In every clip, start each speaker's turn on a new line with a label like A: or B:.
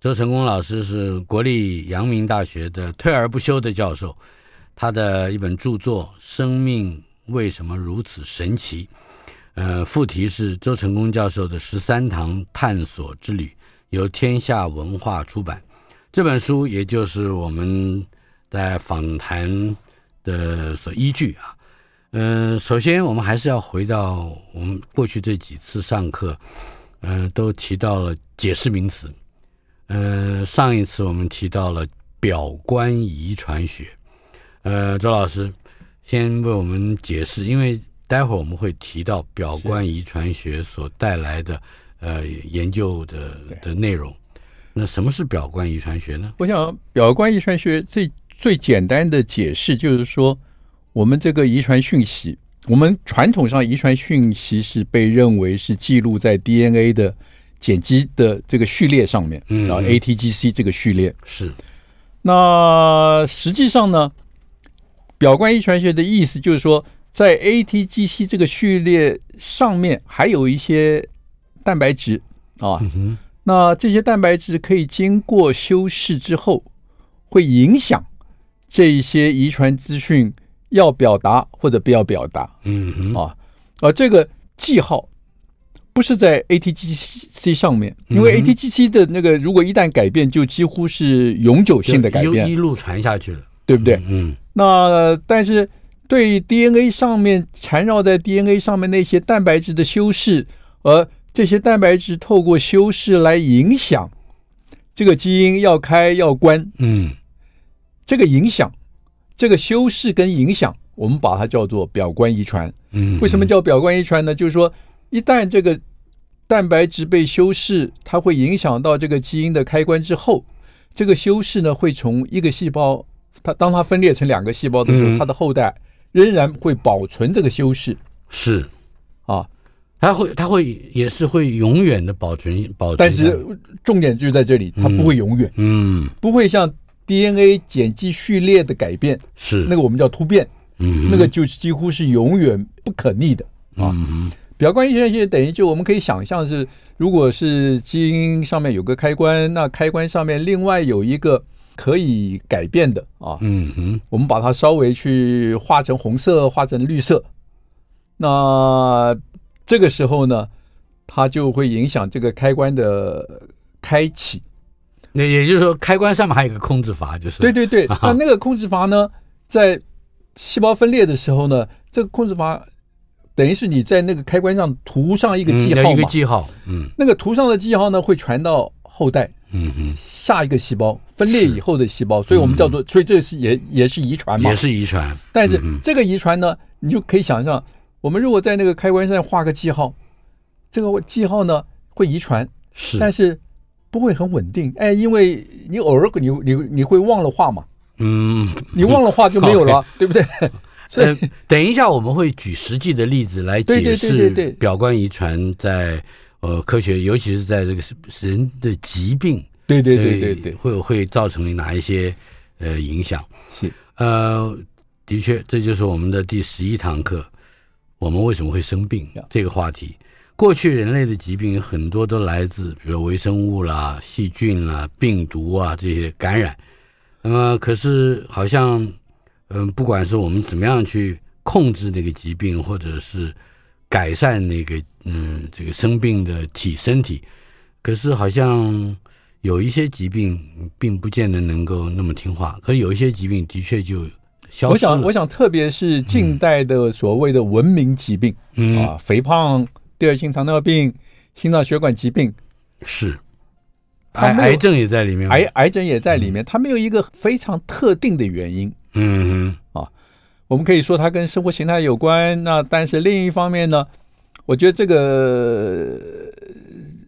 A: 周成功老师是国立阳明大学的退而不休的教授，他的一本著作《生命为什么如此神奇》，呃，副题是周成功教授的十三堂探索之旅，由天下文化出版。这本书也就是我们在访谈的所依据啊。嗯、首先我们还是要回到我们过去这几次上课，嗯、都提到了解释名词。嗯，上一次我们提到了表观遗传学，呃，周老师先为我们解释，因为待会儿我们会提到表观遗传学所带来的呃研究的的内容。那什么是表观遗传学呢？
B: 我想，表观遗传学最最简单的解释就是说，我们这个遗传讯息，我们传统上遗传讯息是被认为是记录在 DNA 的碱基的这个序列上面，
A: 嗯
B: 啊
A: 嗯
B: ，ATGC 这个序列。
A: 是
B: 那实际上呢，表观遗传学的意思就是说，在 ATGC 这个序列上面还有一些蛋白质啊，
A: 嗯哼
B: 那这些蛋白质可以经过修饰之后，会影响这一些遗传资讯要表达或者不要表达
A: 嗯哼，
B: 啊，而这个记号。不是在 ATGC 上面，因为
A: 嗯哼
B: ATGC 的那个如果一旦改变，就几乎是永久性的改
A: 就
B: 变
A: 一，一路传下去了，
B: 对不对？
A: 嗯，
B: 那但是对 DNA 上面缠绕在 DNA 上面那些蛋白质的修饰，而这些蛋白质透过修饰来影响这个基因要开要关，
A: 嗯
B: 这个影响，这个修饰跟影响，我们把它叫做表观遗传。
A: 嗯嗯，
B: 为什么叫表观遗传呢？就是说，一旦这个蛋白质被修饰，它会影响到这个基因的开关之后，这个修饰呢会从一个细胞，它当它分裂成两个细胞的时候，
A: 嗯
B: 它的后代仍然会保存这个修饰
A: 是？
B: 啊。
A: 它会，它会也是会永远的保存保存，
B: 但是，重点就在这里，它不会永远，
A: 嗯，
B: 不会像 DNA 碱基序列的改变，
A: 是
B: 那个我们叫突变，
A: 嗯哼
B: 那个就是几乎是永远不可逆的。
A: 嗯哼
B: 表观遗传学等于就我们可以想象是，如果是基因上面有个开关，那开关上面另外有一个可以改变的啊，
A: 嗯哼
B: 我们把它稍微去画成红色，画成绿色，那这个时候呢，它就会影响这个开关的开启。
A: 那也就是说，开关上面还有一个控制阀，就是
B: 对对对，那那个控制阀呢，在细胞分裂的时候呢，这个控制阀等于是你在那个开关上涂上一个
A: 嗯
B: 记
A: 有
B: 号
A: 一个
B: 嘛，
A: 记号，嗯
B: 那个图上的记号呢，会传到后代
A: 嗯哼，
B: 下一个细胞分裂以后的细胞，所以我们叫做，所以这是也嗯也是遗传嘛
A: 也。是遗传，
B: 但是
A: 嗯嗯
B: 这个遗传呢，你就可以想象，我们如果在那个开关上画个记号，这个记号呢会遗传，
A: 是，
B: 但是不会很稳定。哎，因为你偶尔你你你会忘了画 嘛，
A: 嗯，
B: 你忘了画就没有了，对不对？所
A: 呃
B: 以，
A: 等一下我们会举实际的例子来
B: 对
A: 解
B: 对对对对
A: 释表观遗传在呃科学，尤其是在这个人的疾病，
B: 对对对对对，
A: 会会造成哪一些呃影响？
B: 是
A: 呃，的确，这就是我们的第十一堂课，我们为什么会生病
B: Yeah.
A: 这个话题。过去人类的疾病很多都来自，比如微生物啦、细菌啦、病毒啊这些感染。那么，可是好像，嗯、不管是我们怎么样去控制那个疾病，或者是改善那个嗯这个生病的体身体，可是好像有一些疾病并不见得能够那么听话，可是有一些疾病的确就消
B: 我
A: 失了。
B: 想我想，特别是近代的所谓的文明疾病。
A: 嗯
B: 啊，肥胖、第二型糖尿病、心脏血管疾病、
A: 是，
B: 它
A: 癌
B: 没有
A: 癌症也嗯在里面吗。
B: 癌癌症也在里面，它没有一个非常特定的原因。
A: 嗯
B: 我们可以说它跟生活形态有关，那但是另一方面呢，我觉得这个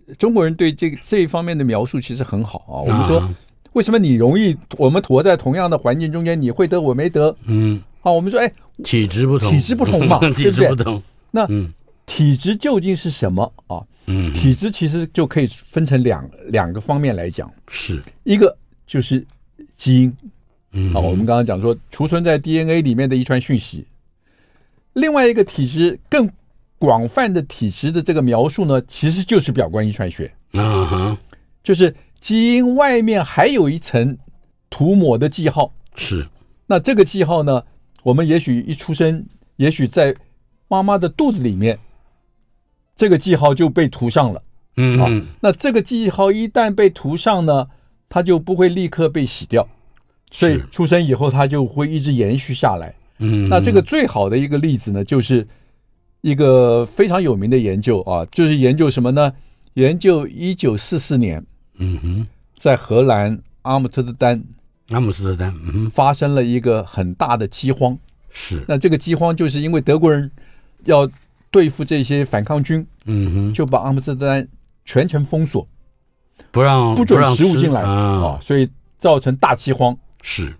B: 呃中国人对这个这一方面的描述其实很好啊。
A: 哼，
B: 我们说
A: 啊
B: 为什么你容易我们活在同样的环境中间，你会得我没得？
A: 嗯，
B: 好，我们说，哎，
A: 体质不同，
B: 体质不同嘛
A: 体质
B: 对
A: 不
B: 不
A: 同，
B: 那
A: 嗯
B: 体质究竟是什么啊？
A: 嗯，
B: 体质其实就可以分成两两个方面来讲，
A: 是，
B: 一个就是基因
A: 嗯，
B: 啊，我们刚刚讲说储存在 DNA 里面的遗传讯息，另外一个体质更广泛的体质的这个描述呢，其实就是表观遗传学，
A: 啊哈，
B: 就是基因外面还有一层涂抹的记号，
A: 是，
B: 那这个记号呢，我们也许一出生，也许在妈妈的肚子里面，这个记号就被涂上了。
A: 嗯
B: 啊
A: 嗯，
B: 那这个记号一旦被涂上呢，它就不会立刻被洗掉，所以
A: 是
B: 出生以后它就会一直延续下来。
A: 嗯，
B: 那这个最好的一个例子呢，就是一个非常有名的研究啊，就是研究什么呢？研究一九四四年
A: 嗯哼，
B: 在荷兰阿姆斯特丹
A: 阿姆斯特丹，嗯哼，
B: 发生了一个很大的饥荒。
A: 是，
B: 那这个饥荒就是因为德国人要对付这些反抗军，
A: 嗯哼，
B: 就把阿姆斯特丹全城封锁，
A: 嗯不让
B: 不准
A: 让
B: 食物
A: 吃
B: 进来啊
A: 啊，，
B: 所以造成大饥荒。
A: 是，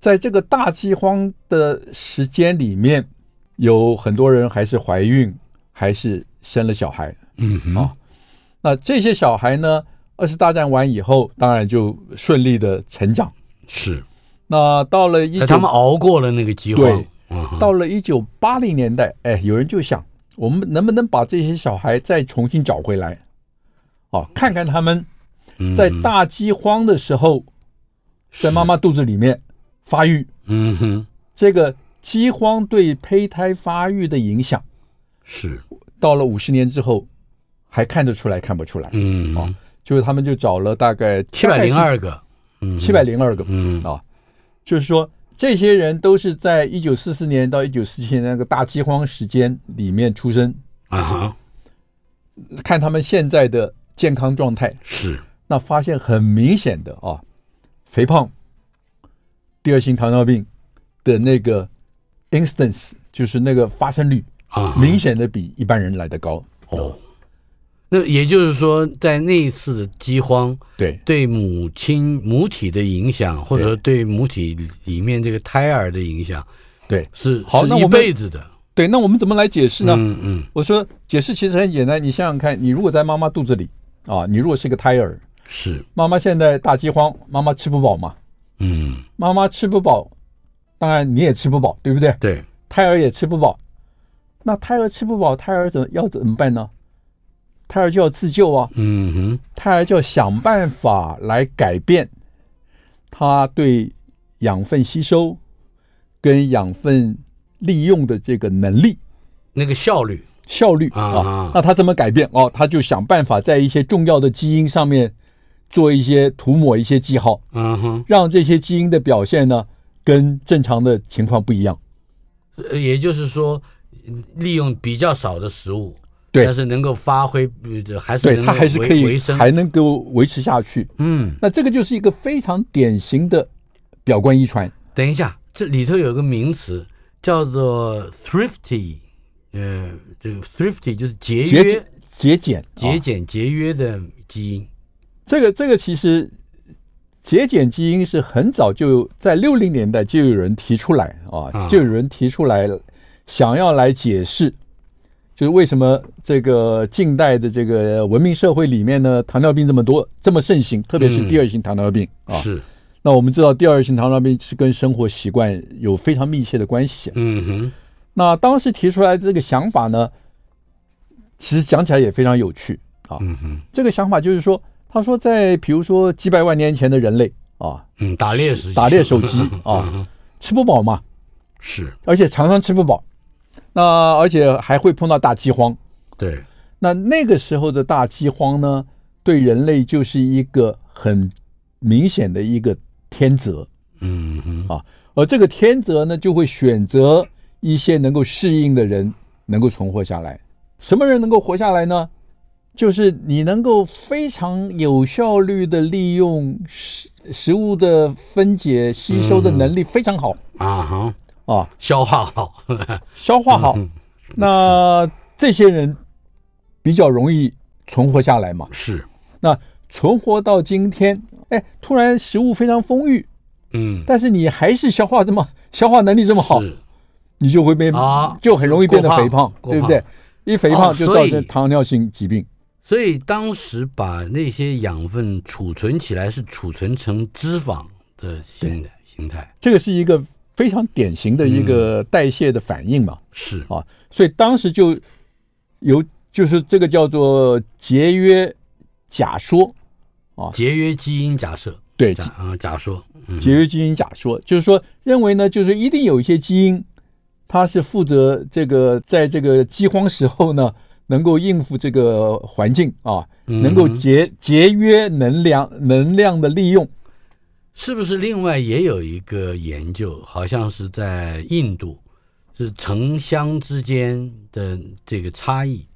B: 在这个大饥荒的时间里面，有很多人还是怀孕，还是生了小孩。
A: 嗯哼，
B: 啊那这些小孩呢，二次大战完以后，当然就顺利的成长。
A: 是，
B: 那到了一
A: 那哎他们
B: 九
A: 熬过了那个饥荒
B: 对，
A: 嗯哼
B: 到了一九八零年代，哎，有人就想，我们能不能把这些小孩再重新找回来？哦，看看他们
A: 嗯
B: 在，大饥荒的时候，在妈妈肚子里面发育，
A: 嗯嗯哼，
B: 这个饥荒对胚胎发育的影响，
A: 是，
B: 到了五十年之后，还看得出来看不出来？
A: 嗯
B: 啊，就是他们就找了大概
A: 七百零二个，
B: 七百零二个
A: 嗯，
B: 啊，就是说这些人都是在一九四四年到一九四七年那个大饥荒时间里面出生，
A: 啊哈，
B: 看他们现在的健康状态，
A: 是，
B: 那发现很明显的啊，肥胖、第二型糖尿病的那个 instance，就是那个发生率，
A: 啊哈，
B: 明显的比一般人来的高。
A: 哦，那也就是说，在那一次的饥荒
B: 对
A: 对母亲母体的影响，或者说对母体里面这个胎儿的影响，
B: 对
A: 是
B: 好
A: 是
B: 那我
A: 一
B: 们
A: 辈子的。
B: 对，那我们怎么来解释呢？
A: 嗯嗯，
B: 我说解释其实很简单，你想想看，你如果在妈妈肚子里啊，你如果是个胎儿，
A: 是，
B: 妈妈现在大饥荒，妈妈吃不饱嘛，
A: 嗯，
B: 妈妈吃不饱，当然你也吃不饱，对不对？
A: 对，
B: 胎儿也吃不饱，那胎儿吃不饱，胎儿怎么要怎么办呢？胎儿就要自救啊，
A: 嗯哼，
B: 胎儿就要想办法来改变他对养分吸收跟养分利用的这个能力。
A: 那个效率
B: 效率
A: 啊
B: 啊，那他怎么改变哦？他就想办法在一些重要的基因上面做一些涂抹一些记号，
A: 嗯哼，
B: 让这些基因的表现呢跟正常的情况不一样。
A: 呃也就是说，利用比较少的食物，
B: 对
A: 但是能够发挥，呃还是
B: 对，
A: 能
B: 它
A: 够
B: 还是
A: 维
B: 可以
A: 维，生，
B: 还能够维持下去。
A: 嗯，
B: 那这个就是一个非常典型的表观遗传。
A: 等一下，这里头有个名词叫做 thrifty，呃，这个 thrifty 就是节
B: 节
A: 约
B: 俭、、节俭、
A: 节
B: 啊
A: 俭、节约的基因。
B: 这个这个其实节俭基因是很早就在六零年代就有人提出来
A: 啊
B: 啊，就有人提出来想要来解释，就是为什么这个近代的这个文明社会里面呢，糖尿病这么多这么盛行，特别是
A: 嗯
B: 第二型糖尿病、啊。
A: 是，
B: 那我们知道第二型糖尿病是跟生活习惯有非常密切的关系。
A: 嗯
B: 那当时提出来的这个想法呢，其实讲起来也非常有趣啊
A: 哼，。嗯哼，
B: 这个想法就是说，他说在比如说几百万年前的人类啊，
A: 嗯，打猎时期
B: 打猎手机啊
A: 嗯
B: 吃不饱嘛，
A: 是
B: 而且常常吃不饱，那而且还会碰到大饥荒。
A: 对，
B: 那那个时候的大饥荒呢，对人类就是一个很明显的一个天责，
A: 嗯哼，
B: 而这个天责呢，就会选择一些能够适应的人能够存活下来。什么人能够活下来呢？就是你能够非常有效率的利用食食物的分解吸收的能力非常好、
A: 啊哈，
B: 啊，
A: 消化好，
B: 消化好。 那这些人比较容易存活下来嘛？
A: 是，
B: 那存活到今天，哎，突然食物非常丰裕，
A: 嗯，
B: 但是你还是消化这么消化能力这么好，
A: 是
B: 你就会被
A: 啊
B: 就很容易变得肥
A: 过
B: 胖
A: 胖，过
B: 对不对
A: 胖？
B: 一肥胖
A: 哦
B: 就
A: 所
B: 造
A: 以
B: 成糖尿性疾病。
A: 所以当时把那些养分储存起来，是储存成脂肪的形态形态。
B: 这个是一个非常典型的一个代谢的反应嘛，
A: 是
B: 啊，嗯所以当时就有就是这个叫做节约假说，
A: 节约基因假设，
B: 对，
A: 假啊假说，嗯
B: 节约基因假说，就是说认为呢，就是一定有一些基因，它是负责这个在这个饥荒时候呢，能够应付这个环境啊，
A: 嗯
B: 能够节节约能量能量的利用。
A: 是不是另外也有一个研究，好像是在印度，是城乡之间的这个差异？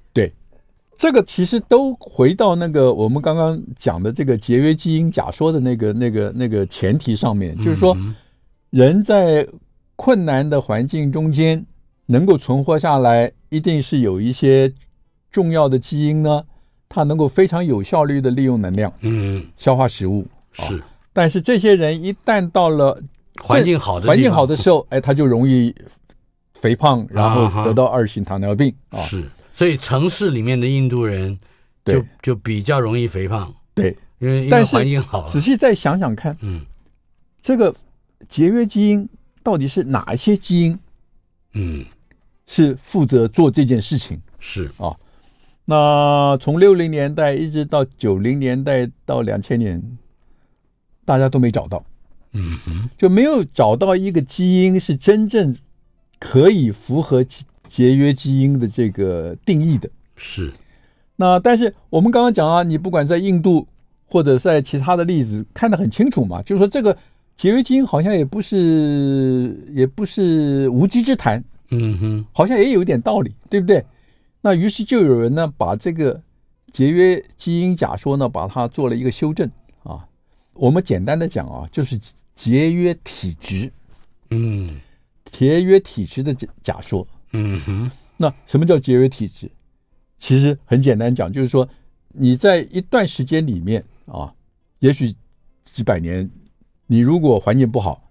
B: 这个其实都回到那个我们刚刚讲的这个节约基因假说的那个那个那个前提上面，就是说
A: 嗯
B: 人在困难的环境中间能够存活下来，一定是有一些重要的基因呢，它能够非常有效率的利用能量
A: 嗯，
B: 消化食物。
A: 是
B: 但是这些人一旦到了
A: 环境好的地方
B: 环境好的时候，哎，他就容易肥胖，然
A: 啊哈
B: 后得到二型糖尿病啊。
A: 是，所以城市里面的印度人就
B: 对
A: 就比较容易肥胖，
B: 对，
A: 因为因为
B: 但是
A: 环境好
B: 仔细再想想看，
A: 嗯
B: 这个节约基因到底是哪一些基因
A: 嗯，
B: 是负责做这件事情？
A: 是
B: 那从六零年代一直到九零年代到两千年，大家都没找到，
A: 嗯哼
B: 就没有找到一个基因是真正可以符合节节约基因的这个定义的。
A: 是
B: 那但是我们刚刚讲啊，你不管在印度或者在其他的例子看得很清楚嘛，就是说这个节约基因好像也不是也不是无稽之谈，
A: 嗯哼
B: 好像也有一点道理，对不对？那于是就有人呢把这个节约基因假说呢，把它做了一个修正啊。我们简单的讲啊，就是节约体质，
A: 嗯
B: 节约体质的假假说。
A: 嗯哼
B: 那什么叫节约体质？其实很简单讲，就是说你在一段时间里面啊，也许几百年，你如果环境不好，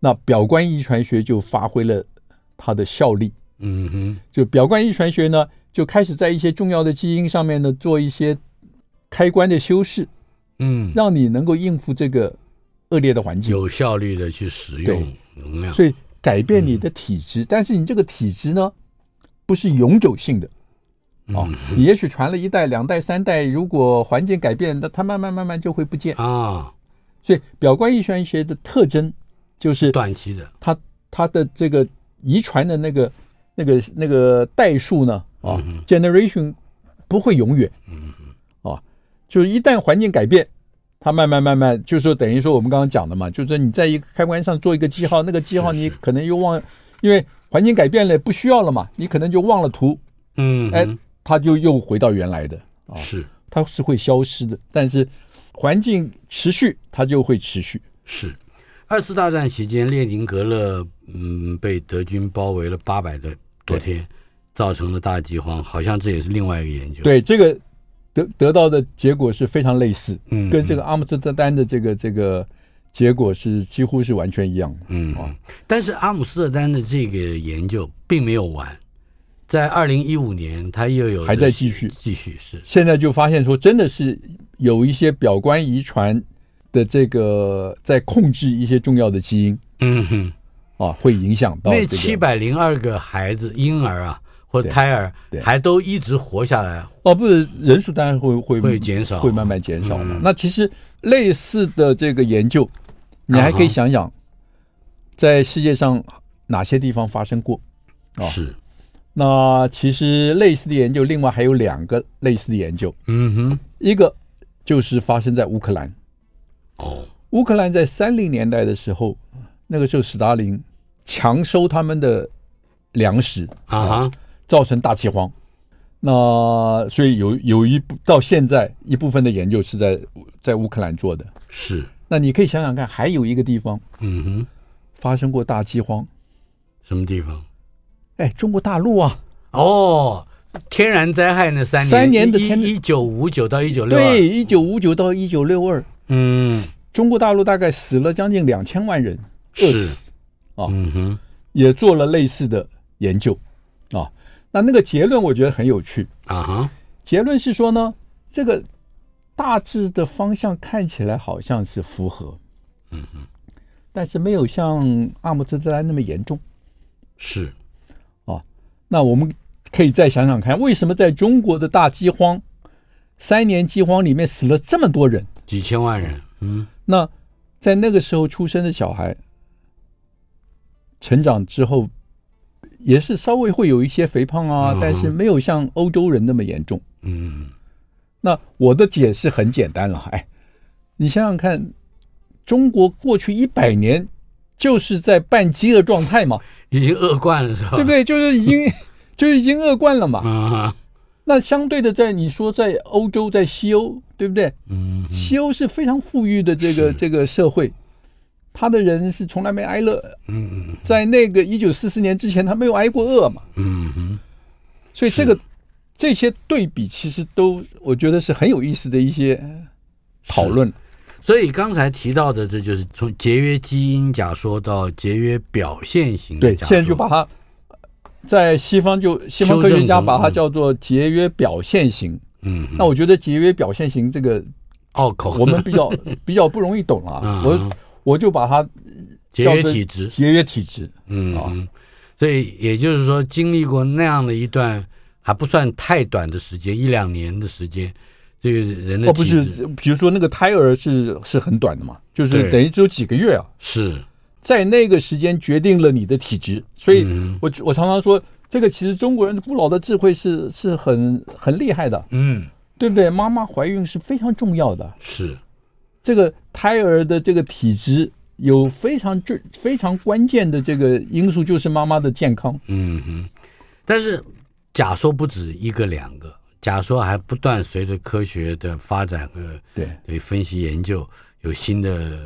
B: 那表观遗传学就发挥了它的效力。
A: 嗯哼
B: 就表观遗传学呢，就开始在一些重要的基因上面呢做一些开关的修饰，
A: 嗯，
B: 让你能够应付这个恶劣的环境，
A: 有效率的去使用能量，
B: 所以改变你的体质。但是你这个体质呢，不是永久性的。哦，你也许传了一代、两代、三代，如果环境改变，那它慢慢慢慢就会不见。
A: 啊，
B: 所以表观遗传学的特征就是
A: 短期的，
B: 它它的这个遗传的那个那个那个代数呢啊、
A: 嗯
B: g e n e r a t i o n 不会永远，啊，就是一旦环境改变，它慢慢慢慢，就是说等于说我们刚刚讲的嘛，就是说你在一个开关上做一个记号，那个记号你可能又忘，因为环境改变了不需要了嘛，你可能就忘了图，
A: 嗯
B: 哎
A: 哼，
B: 它就又回到原来的，
A: 是
B: 它是会消失的，但是环境持续，它就会持续。
A: 是。二次大战期间，列宁格勒嗯被德军包围了八百的多天，造成了大饥荒，好像这也是另外一个研究。，
B: 对这个得得到的结果是非常类似，
A: 嗯
B: 跟这个阿姆斯特丹的这个这个结果是几乎是完全一样的。
A: 嗯，但是阿姆斯特丹的这个研究并没有完，在二零一五年，他又有
B: 还在继续
A: 继续是
B: 现在就发现说，真的是有一些表观遗传的这个在控制一些重要的基因
A: 嗯哼，
B: 啊，会影响到、这
A: 那
B: 个、
A: 七百零二个孩子婴儿啊或者胎儿
B: 对对
A: 还都一直活下来，
B: 哦，不是人数当然会会
A: 会减少啊
B: 会慢慢减少嘛。
A: 嗯
B: 那其实类似的这个研究，你还可以
A: 啊哈
B: 想想，在世界上哪些地方发生过？哦
A: 是
B: 那其实类似的研究，另外还有两个类似的研究，
A: 嗯哼
B: 一个就是发生在乌克兰。
A: 哦
B: 乌克兰在三零年代的时候，那个时候斯大林强收他们的粮食，
A: 啊
B: 哦
A: 哈
B: 造成大饥荒。那所以有有一部到现在一部分的研究是在在乌克兰做的。
A: 是
B: 那你可以想想看，还有一个地方
A: 嗯哼
B: 发生过大饥荒，
A: 什么地方
B: 哎，中国大陆啊，
A: 哦。天然灾害那三年，
B: 三年的天
A: 一九五九到一九六
B: 对，
A: 二，
B: 一九五九到一九六二，
A: 嗯，
B: 中国大陆大概死了将近两千万人，饿
A: 是
B: 死，哦
A: 嗯哼，
B: 也做了类似的研究啊。那那个结论我觉得很有趣，
A: 啊哈，
B: 结论是说呢，这个大致的方向看起来好像是符合，嗯但是没有像阿姆斯特丹那么严重。
A: 是，
B: 那我们可以再想想看，为什么在中国的大饥荒、三年饥荒里面死了这么多人？
A: 几千万人，嗯，
B: 那在那个时候出生的小孩，成长之后也是稍微会有一些肥胖啊，
A: 嗯
B: 但是没有像欧洲人那么严重。
A: 嗯，
B: 那我的解释很简单了，哎，你想想看，中国过去一百年就是在半饥饿状态嘛，
A: 已经饿惯了是吧？
B: 对不对？就是已经 就已经饿惯了嘛。
A: 啊哈，
B: 那相对的在，你说在欧洲，在西欧，对不对？
A: 嗯，
B: 西欧是非常富裕的这个
A: 是
B: 这个社会，他的人是从来没挨了，
A: 嗯嗯
B: 在那个一九四四年之前，他没有挨过饿嘛，
A: 嗯哼，
B: 所以这个这些对比其实都我觉得是很有意思的一些呃讨论。
A: 所以刚才提到的，这就是从节约基因假说到节约表现型的
B: 对，
A: 假
B: 现
A: 说，
B: 在就把它在西方就西方科学家把它叫做节约表现型。
A: 嗯哼
B: 那我觉得节约表现型 这个
A: 拗口，
B: 我们比较比较不容易懂
A: 嗯
B: 啊，我我就把它
A: 节
B: 叫
A: 约
B: 做
A: 体质，
B: 节约体质。
A: 嗯
B: 哦
A: 哼，所以也就是说，经历过那样的一段还不算太短的时间，一两年的时间，这个人的
B: 哦，不
A: 体
B: 是
A: 质、，
B: 比如说那个胎儿是是很短的嘛，就是
A: 对
B: 等于只有几个月啊，
A: 是
B: 在那个时间决定了你的体质，所以
A: 嗯
B: 我我常常说，这个其实中国人不老的智慧是是很很厉害的，
A: 嗯
B: 对不对？妈妈怀孕是非常重要的，
A: 是
B: 这个胎儿的这个体质有非常最非常关键的这个因素就是妈妈的健康，
A: 嗯哼，但是假说不止一个两个，假说还不断随着科学的发展和
B: 对
A: 对分析研究有新的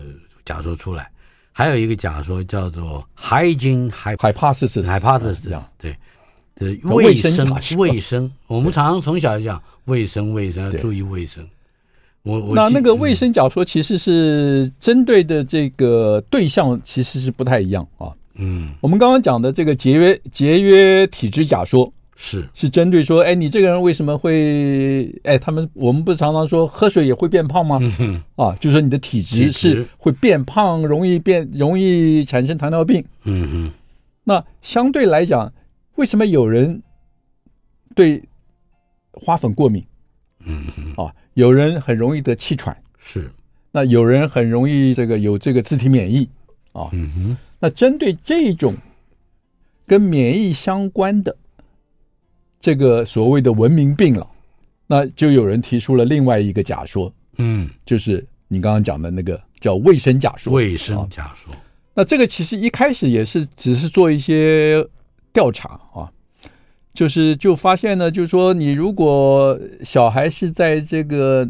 A: 假说出来，还有一个假说叫做 hygiene hy
B: 害怕是是
A: hypothesis，
B: 呀
A: 对，这
B: 那
A: 嗯卫
B: 卫生
A: 生
B: 假设
A: 卫生，我们常常从小就讲卫生卫生，要
B: 对
A: 注意卫生。我我
B: 那
A: 记
B: 那个
A: 嗯
B: 卫生假说其实是针对的这个对象其实是不太一样啊。
A: 嗯
B: 我们刚刚讲的这个节约节约体质假说，
A: 是
B: 是针对说，哎，你这个人为什么会，哎，他们我们不是常常说喝水也会变胖吗？
A: 嗯哼
B: 啊，就是说你的体
A: 体质
B: 质是会变胖，容易变容易产生糖尿病。
A: 嗯哼
B: 那相对来讲，为什么有人对花粉过敏
A: 嗯哼
B: 啊？有人很容易得气喘，
A: 是
B: 那有人很容易这个有这个自体免疫啊。
A: 嗯哼
B: 那针对这种跟免疫相关的这个所谓的文明病了，那就有人提出了另外一个假说，
A: 嗯
B: 就是你刚刚讲的那个叫卫生假说。
A: 卫生
B: 啊
A: 假说
B: 那这个其实一开始也是只是做一些调查啊，就是就发现呢，就是说你如果小孩是在这个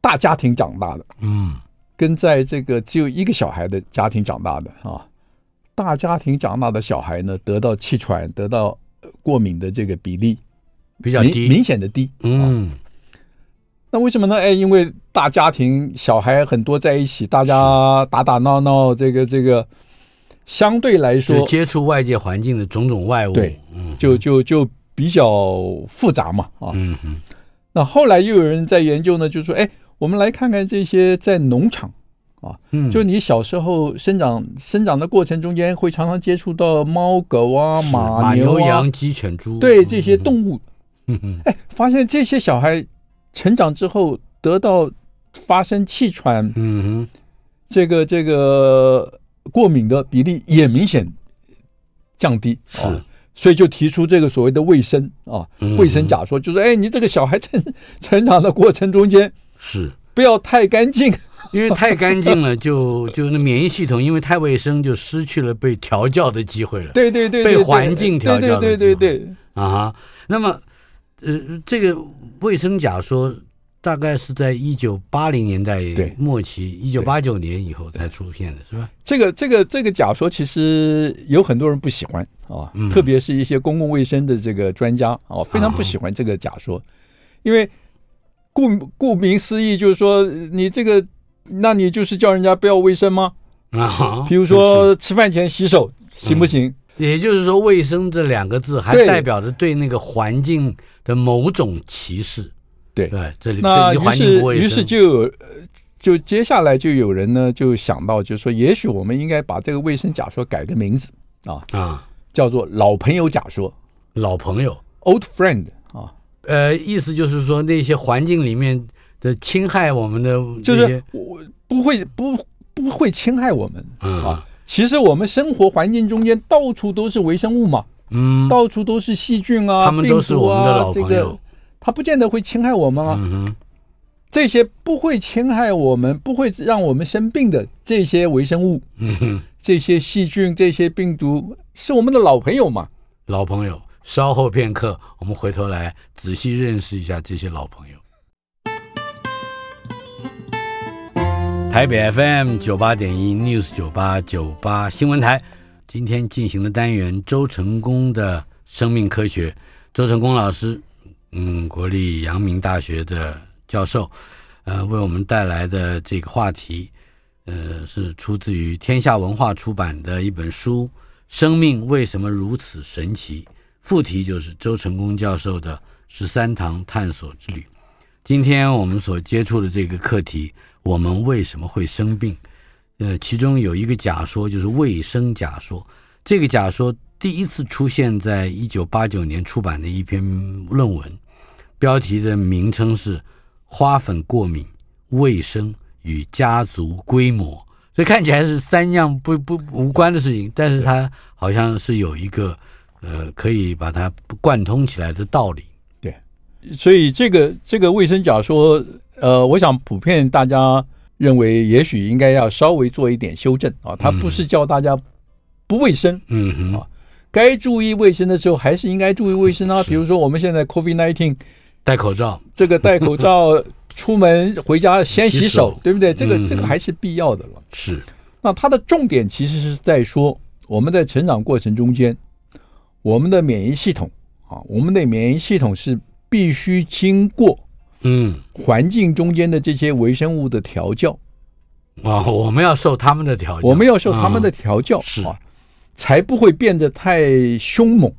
B: 大家庭长大的，
A: 嗯
B: 跟在这个只有一个小孩的家庭长大的啊，大家庭长大的小孩呢，得到气喘、得到呃过敏的这个比例
A: 比较
B: 明
A: 低
B: 明显的低。
A: 嗯
B: 那为什么呢？哎，因为大家庭小孩很多在一起，大家打打闹闹，这个这个，相对来
A: 就
B: 说
A: 接触外界环境的种种外物
B: 对
A: 嗯
B: 就就就比较复杂嘛啊。
A: 嗯哼
B: 那后来又有人在研究呢，就说哎，我们来看看这些在农场。
A: 嗯
B: 就你小时候生长生长的过程中间，会常常接触到猫狗啊、
A: 是
B: 马牛
A: 牛
B: 啊，
A: 羊鸡犬猪
B: 对这些动物，
A: 嗯哼
B: 哎，发现这些小孩成长之后得到发生气喘
A: 嗯哼
B: 这个这个过敏的比例也明显降低，
A: 是
B: 啊所以就提出这个所谓的卫生啊
A: 嗯，
B: 卫生假说，就是哎，你这个小孩成成长的过程中间
A: 是。
B: 不要太干净，
A: 因为太干净了，就就那免疫系统因为太卫生，就失去了被调教的机会了。
B: 对对对，
A: 被
B: 对对
A: 环境调教的
B: 对对对对对，
A: 啊哈，那么呃，这个卫生假说大概是在一九八零年代
B: 对
A: 末期，一九八九年以后才出现的，是吧？
B: 这个这个这个假说其实有很多人不喜欢啊，
A: 嗯
B: 特别是一些公共卫生的这个专家啊，非常不喜欢这个假说，因为顾顾名思义就是说你这个，那你就是叫人家不要卫生吗？
A: 啊哈，
B: 比如说吃饭前洗手行不行？
A: 是，也就是说，卫生这两个字还
B: 对
A: 代表着对那个环境的某种歧视。
B: 对
A: 对，这里这
B: 那
A: 里
B: 于
A: 环境
B: 是
A: 不卫生，
B: 于是就有呃就接下来就有人呢就想到，就是说也许我们应该把这个卫生假说改个名字啊，
A: 啊，
B: 叫做老朋友假说
A: 老朋友，
B: （old friend） 啊。
A: 呃，意思就是说那些环境里面的侵害我们的
B: 就
A: 这
B: 是
A: 些
B: 我我不会不不会侵害我们
A: 嗯
B: 啊。其实我们生活环境中间到处都是微生物嘛，
A: 嗯，
B: 到处都是细菌啊，
A: 他们都是
B: 病毒
A: 我
B: 啊
A: 们的老朋友
B: 这个它不见得会侵害我们啊。
A: 嗯哼，
B: 这些不会侵害我们、不会让我们生病的这些微生物、
A: 嗯哼，
B: 这些细菌、这些病毒，是我们的老朋友嘛。
A: 老朋友。稍后片刻，我们回头来仔细认识一下这些老朋友。台北 FM 九八点一 News 九八九八新闻台，今天进行的单元周成功的生命科学，周成功老师，嗯，国立阳明大学的教授，呃，为我们带来的这个话题，呃，是出自于天下文化出版的一本书《生命为什么如此神奇》，副题就是周成功教授的十三堂探索之旅。今天我们所接触的这个课题，我们为什么会生病？呃，其中有一个假说就是卫生假说，这个假说第一次出现在一九八九年出版的一篇论文，标题的名称是《花粉过敏、卫生与家族规模》。所以看起来是三样不不无关的事情，但是它好像是有一个呃可以把它贯通起来的道理。
B: 所以这个这个卫生假说，呃，我想普遍大家认为，也许应该要稍微做一点修正啊。它不是叫大家不卫生，
A: 嗯哼，
B: 啊该注意卫生的时候还是应该注意卫生啊。
A: 是
B: 比如说我们现在 COVID nineteen
A: 戴口罩，
B: 这个戴口罩，出 门回家先洗
A: 洗
B: 手
A: 手，
B: 对不对？这个
A: 嗯
B: 这个还是必要的了。
A: 是，
B: 那它的重点其实是在说，我们在成长过程中间，我们的免疫系统啊，我们的免疫系统是必须经过。
A: 嗯，
B: 环境中间的这些微生物的调教，
A: 啊，我们要受他们的嗯调教，
B: 我们要受他们的调教、
A: 是
B: 啊，才不会变得太凶猛，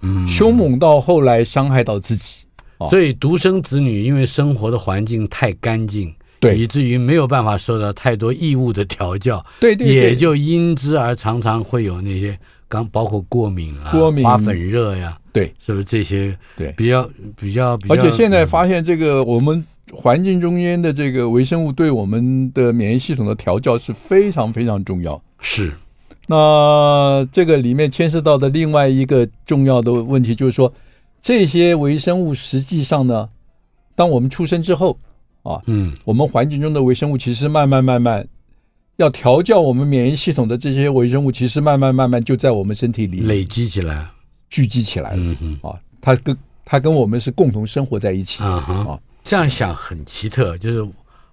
A: 嗯，嗯
B: 凶猛到后来伤害到自己。
A: 所以独生子女因为生活的环境太干净，
B: 对
A: 以至于没有办法受到太多异物的调教，
B: 对对，
A: 也
B: 对
A: 就因之而常常会有那些刚包括过敏啊、
B: 过敏
A: 花粉热呀、
B: 对
A: 是不是这些
B: 对。
A: 比较比较比较？嗯
B: 而且现在发现，这个我们环境中间的这个微生物对我们的免疫系统的调教是非常非常重要。
A: 是
B: 那这个里面牵涉到的另外一个重要的问题就是说，这些微生物实际上呢，当我们出生之后啊，
A: 嗯
B: 我们环境中的微生物其实慢慢慢慢要调教我们免疫系统的这些微生物，其实慢慢慢慢就在我们身体里
A: 累积起来，
B: 聚集起来了、
A: 嗯哼
B: 啊。它跟它跟我们是共同生活在一起。
A: 啊哈
B: 哦，
A: 这样想很奇特，就是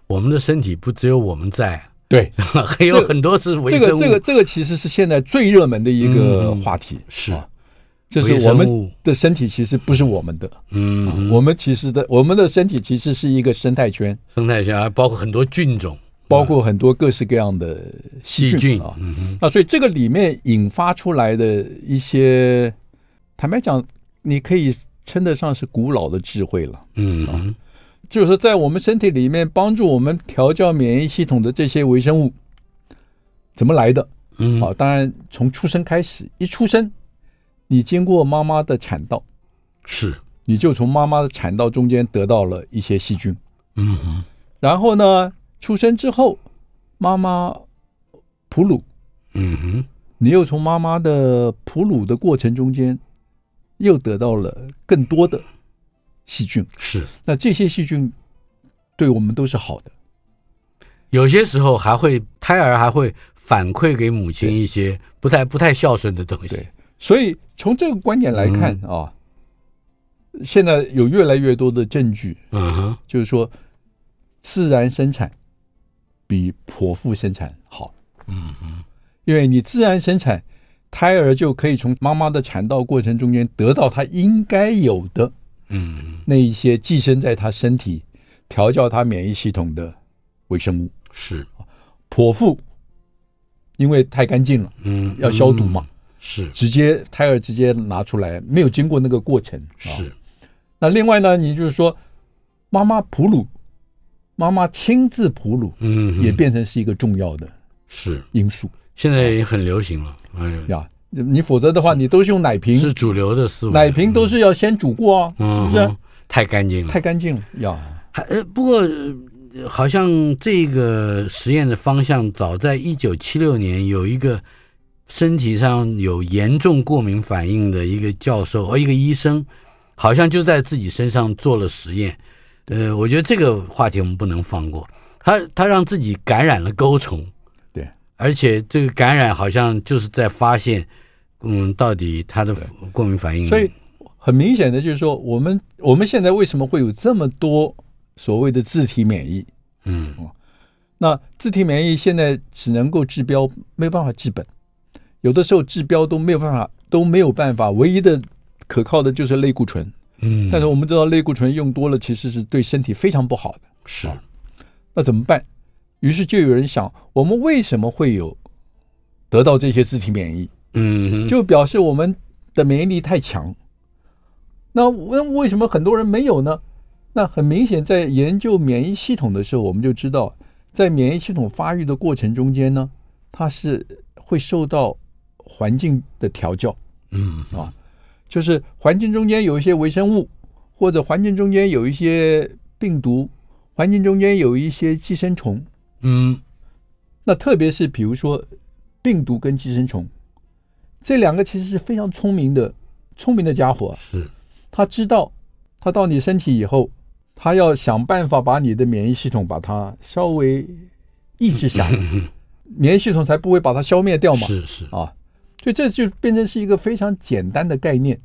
A: 我们的身体不只有我们在，
B: 对，
A: 还有很多是微
B: 这
A: 生
B: 个
A: 物，
B: 这个这个其实是现在最热门的一个
A: 嗯
B: 话题，
A: 是
B: 啊就
A: 微
B: 是我
A: 生
B: 们
A: 物，
B: 的身体其实不是我们的，
A: 嗯哼，
B: 我们其实的我们的身体其实是一个生态圈，
A: 生态圈还包括很多菌种、
B: 包括很多各式各样的细
A: 嗯细菌
B: 啊，
A: 嗯哼，
B: 那所以这个里面引发出来的一些，坦白讲，你可以称得上是古老的智慧了。
A: 嗯哼，
B: 就是说，在我们身体里面帮助我们调教免疫系统的这些微生物，怎么来的？
A: 嗯，
B: 啊，当然从出生开始，一出生，你经过妈妈的产道，
A: 是，
B: 你就从妈妈的产道中间得到了一些细菌。
A: 嗯哼，
B: 然后呢，出生之后，妈妈哺乳，
A: 嗯哼，
B: 你又从妈妈的哺乳的过程中间，又得到了更多的细菌。
A: 是。
B: 那这些细菌对我们都是好的，
A: 有些时候还会胎儿还会反馈给母亲一些不太不太孝顺的东西
B: 对。所以从这个观点来看啊，现在有越来越多的证据，
A: 嗯哼，
B: 就是说自然生产比剖腹生产好。嗯哼，因为你自然生产，胎儿就可以从妈妈的产道过程中间得到他应该有的
A: 嗯，
B: 那一些寄生在他身体、调教他免疫系统的微生物。
A: 是，
B: 剖腹，因为太干净了，
A: 嗯，
B: 要消毒嘛，
A: 嗯，是
B: 直接胎儿直接拿出来，没有经过那个过程。啊
A: 是，
B: 那另外呢，你就是说，妈妈哺乳，妈妈亲自哺乳，
A: 嗯，
B: 也变成是一个重要的
A: 是，
B: 因素
A: 现在也很流行了，哎，
B: 呀。你否则的话，你都是用奶
A: 是
B: 瓶，
A: 主流的思维，
B: 奶瓶都是要先煮过啊，
A: 嗯
B: 是不是
A: 嗯？太干净了，
B: 太干净了呀。
A: 还呃，不过呃好像这个实验的方向，早在一九七六年，有一个身体上有严重过敏反应的一个教授，呃，一个医生，好像就在自己身上做了实验。呃，我觉得这个话题我们不能放过。他他让自己感染了钩虫，
B: 对，
A: 而且这个感染好像就是在发现，嗯，到底他的过敏反应。
B: 所以很明显的就是说，我们我们现在为什么会有这么多所谓的自体免疫？哦
A: 嗯，
B: 那自体免疫现在只能够治标，没有办法治本，有的时候治标都没有办法，都没有办法。唯一的可靠的就是类固醇，
A: 嗯，
B: 但是我们知道类固醇用多了其实是对身体非常不好的，
A: 是
B: 那怎么办？于是就有人想，我们为什么会有得到这些自体免疫？
A: 嗯，
B: 就表示我们的免疫力太强。那为为什么很多人没有呢？那很明显，在研究免疫系统的时候，我们就知道，在免疫系统发育的过程中间呢，它是会受到环境的调教，
A: 嗯
B: 啊，就是环境中间有一些微生物，或者环境中间有一些病毒，环境中间有一些寄生虫，
A: 嗯
B: 那特别是比如说病毒跟寄生虫，这两个其实是非常聪明的聪明的家伙啊，
A: 是
B: 他知道他到你身体以后，他要想办法把你的免疫系统把它稍微抑制下来，免疫系统才不会把它消灭掉嘛。
A: 是是
B: 啊，所以这就变成是一个非常简单的概念，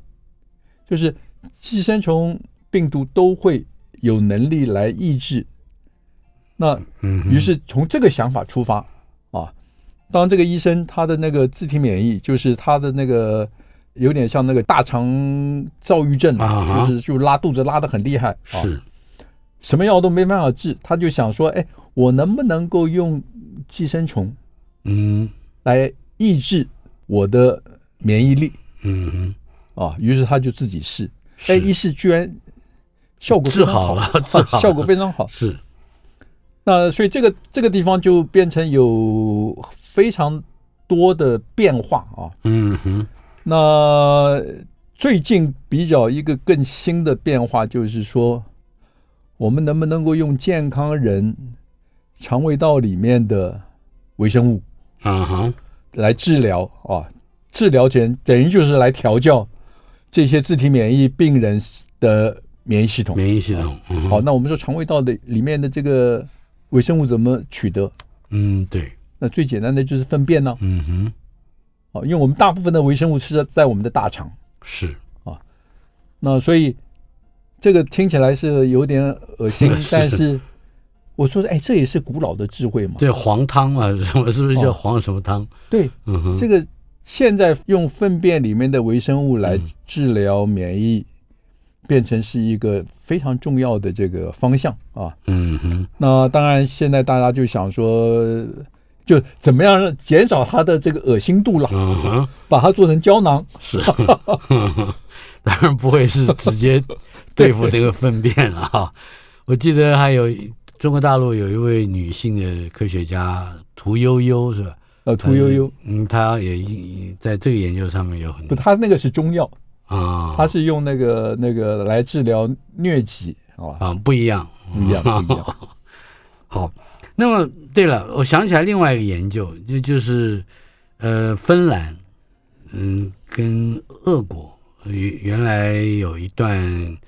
B: 就是寄生虫、病毒都会有能力来抑制。那
A: 嗯哼
B: 于是从这个想法出发啊，当这个医生他的那个自体免疫，就是他的那个有点像那个大肠躁郁症
A: 啊哈
B: 就是就拉肚子拉得很厉害，啊、
A: 是
B: 什么药都没办法治，他就想说，哎，我能不能够用寄生虫
A: 嗯
B: 来抑制我的免疫力
A: 嗯哼，
B: 啊？于是他就自己试，
A: 是
B: 哎，一试居然效果非
A: 治
B: 常啊
A: 好了治好了
B: 效果非常好。
A: 是
B: 那所以这个这个地方就变成有非常多的变化啊。
A: 嗯哼
B: 那最近比较一个更新的变化就是说，我们能不能够用健康人肠胃道里面的微生物
A: 啊哈
B: 来治疗啊？治疗前等于就是来调教这些自体免疫病人的免疫系统。
A: 免疫系统，嗯
B: 哦好，
A: 哼
B: 那我们说肠胃道的里面的这个微生物怎么取得？
A: 嗯对，
B: 那最简单的就是粪便呢、
A: 嗯哼
B: 啊，因为我们大部分的微生物是在我们的大肠，
A: 是，
B: 哦那所以这个听起来是有点恶 心
A: 是
B: 但是我说，哎，这也是古老的智慧嘛。
A: 对黄汤啊 什么是不是叫
B: 哦
A: 黄什么汤？
B: 对，
A: 嗯哼
B: 这个现在用粪便里面的微生物来治疗免疫，变成是一个非常重要的这个方向啊。
A: 嗯哼
B: 那当然，现在大家就想说，就怎么样减少它的这个恶心度了，
A: 嗯哼
B: 把它做成胶囊。
A: 是，当然不会是直 接对付这个粪便了哈。我记得还有中国大陆有一位女性的科学家屠呦呦是吧？
B: 呃，屠呦呦，
A: 嗯，她也一在这个研究上面有很
B: 不，
A: 多
B: 它那个是中药，
A: 啊，
B: 它是用那个那个来治疗疟疾，好吧？
A: 啊不一样，
B: 不一 样，不一样。
A: 好，那么对了，我想起来另外一个研究，就就是呃，芬兰，嗯，跟俄国原原来有一段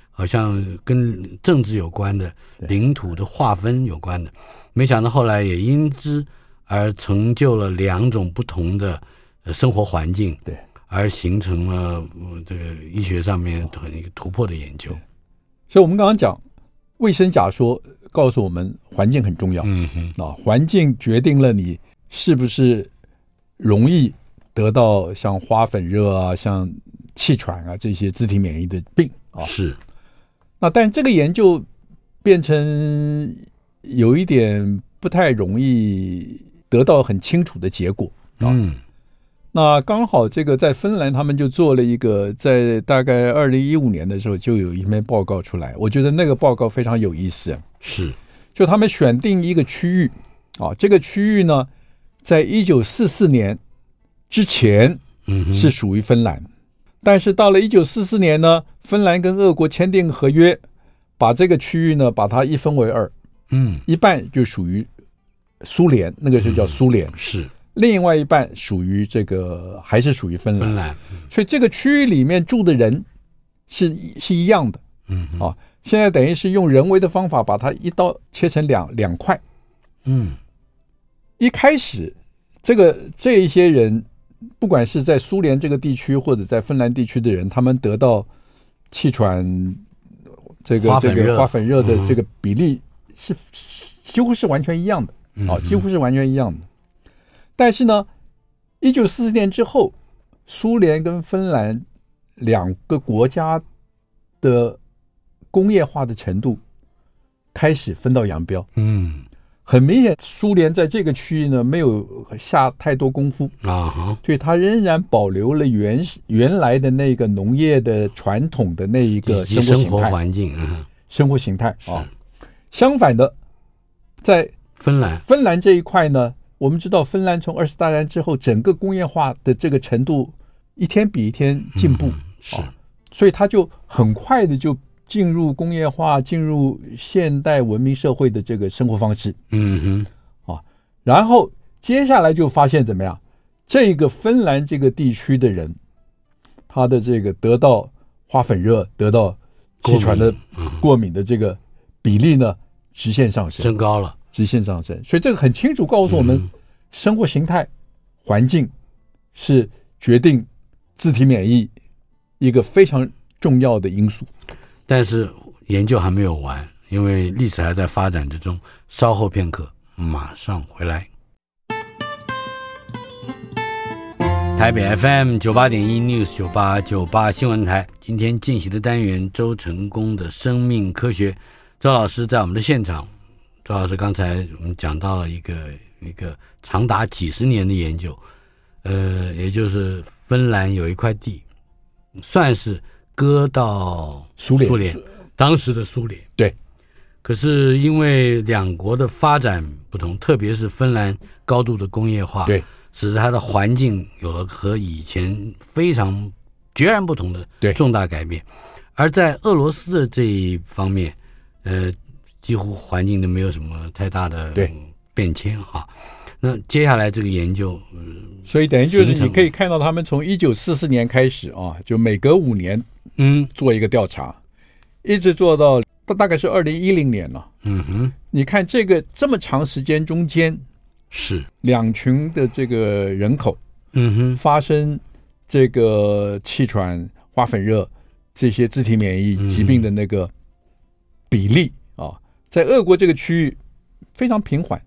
A: 好像跟政治有关的
B: 对
A: 领土的划分有关的，没想到后来也因之而成就了两种不同的呃生活环境，
B: 对，
A: 而形成了呃这个医学上面很一个突破的研究，
B: 所以我们刚刚讲，卫生假说告诉我们，环境很重要。
A: 嗯哼，
B: 啊，环境决定了你是不是容易得到像花粉热啊、像气喘啊这些自体免疫的病啊。
A: 是，
B: 那但这个研究变成有一点不太容易得到很清楚的结果。
A: 嗯
B: 那刚好这个在芬兰，他们就做了一个，在大概二零一五年的时候就有一篇报告出来，我觉得那个报告非常有意思。啊
A: 是，
B: 就他们选定一个区域，啊，这个区域呢，在一九四四年之前
A: 嗯哼
B: 是属于芬兰，但是到了一九四四年呢，芬兰跟俄国签订合约，把这个区域呢把它一分为二，
A: 嗯
B: 一半就属于苏联，那个时候叫苏联，
A: 是
B: 另外一半属于这个还是属于芬兰
A: 芬。兰，
B: 所以这个区域里面住的人是是一样的
A: 嗯哼
B: 啊。现在等于是用人为的方法把它一刀切成两两块。
A: 嗯
B: 一开始，这个这一些人，不管是在苏联这个地区或者在芬兰地区的人，他们得到气喘这个
A: 花
B: 这
A: 粉
B: 个
A: 热
B: 花粉热的这个比例是几乎是完全一样的。
A: 嗯
B: 啊，
A: 哼
B: 几乎是完全一样的。但是呢，一九四四年之后，苏联跟芬兰两个国家的工业化的程度开始分道扬镳。
A: 嗯
B: 很明显，苏联在这个区域呢没有下太多功夫，
A: 啊哈
B: 所以它仍然保留了原始原来的那个农业的传统的那一个
A: 以及
B: 生活
A: 生
B: 形
A: 活
B: 态。
A: 环境，嗯，
B: 生活形态啊
A: 是，
B: 相反的，在
A: 芬兰，
B: 芬兰这一块呢，我们知道芬兰从二次大战之后，整个工业化的这个程度一天比一天进步，
A: 嗯是
B: 啊所以它就很快的就进入工业化、进入现代文明社会的这个生活方式。
A: 嗯哼
B: 然后接下来就发现怎么样？这个芬兰这个地区的人，他的这个得到花粉热、得到气喘的过敏的这个比例呢，直线上升。
A: 啊升高了，
B: 直线上升，所以这个很清楚告诉我们，生活形态、环境是决定自体免疫一个非常重要的因素。
A: 但是研究还没有完，因为历史还在发展之中。稍后片刻，马上回来。台北 FM 九八点一 News 九八九八新闻台，今天进行的单元周成功的生命科学，周老师在我们的现场。周老师刚才我们讲到了一个一个长达几十年的研究，呃，也就是芬兰有一块地，算是割到
B: 苏联
A: 苏联当时的苏联。
B: 对，
A: 可是因为两国的发展不同，特别是芬兰高度的工业化，
B: 对，
A: 使得它的环境有了和以前非常截然不同的
B: 对
A: 重大改变。而在俄罗斯的这一方面，呃，几乎环境都没有什么太大的
B: 对
A: 变迁哈。那接下来这个研究，
B: 所以等于就是
A: 形成
B: 你可以看到，他们从一九四四年开始啊，就每隔五年
A: 嗯
B: 做一个调查，一直做到大大概是二零一零年了。
A: 嗯哼，
B: 你看这个这么长时间中间，
A: 是，
B: 两群的这个人口
A: 嗯哼，
B: 发生这个气喘、花粉热这些自体免
A: 嗯
B: 疫疾病的那个比例啊，在俄国这个区域非常平缓，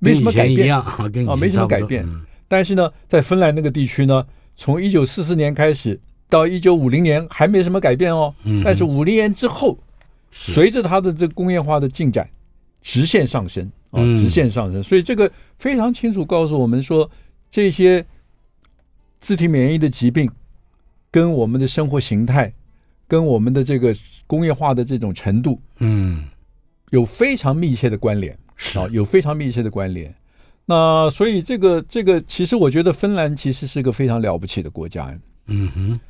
B: 没什么改
A: 跟以前一
B: 变。
A: 样，啊跟以前
B: 啊没什
A: 差
B: 么
A: 不多
B: 改变
A: 嗯
B: 但是呢，在芬兰那个地区呢，从一九四四年开始到一九五零年还没什么改变哦，
A: 嗯哼
B: 但是五零年之后，
A: 是
B: 随着它的这工业化的进展，直线上升啊，
A: 嗯
B: 直线上升。所以这个非常清楚告诉我们说，这些自体免疫的疾病跟我们的生活形态、跟我们的这个工业化的这种程度
A: 嗯，
B: 有非常密切的关联
A: 是
B: 啊，有非常密切的关联。那所以这个这个，其实我觉得芬兰其实是个非常了不起的国家，
A: 嗯哼，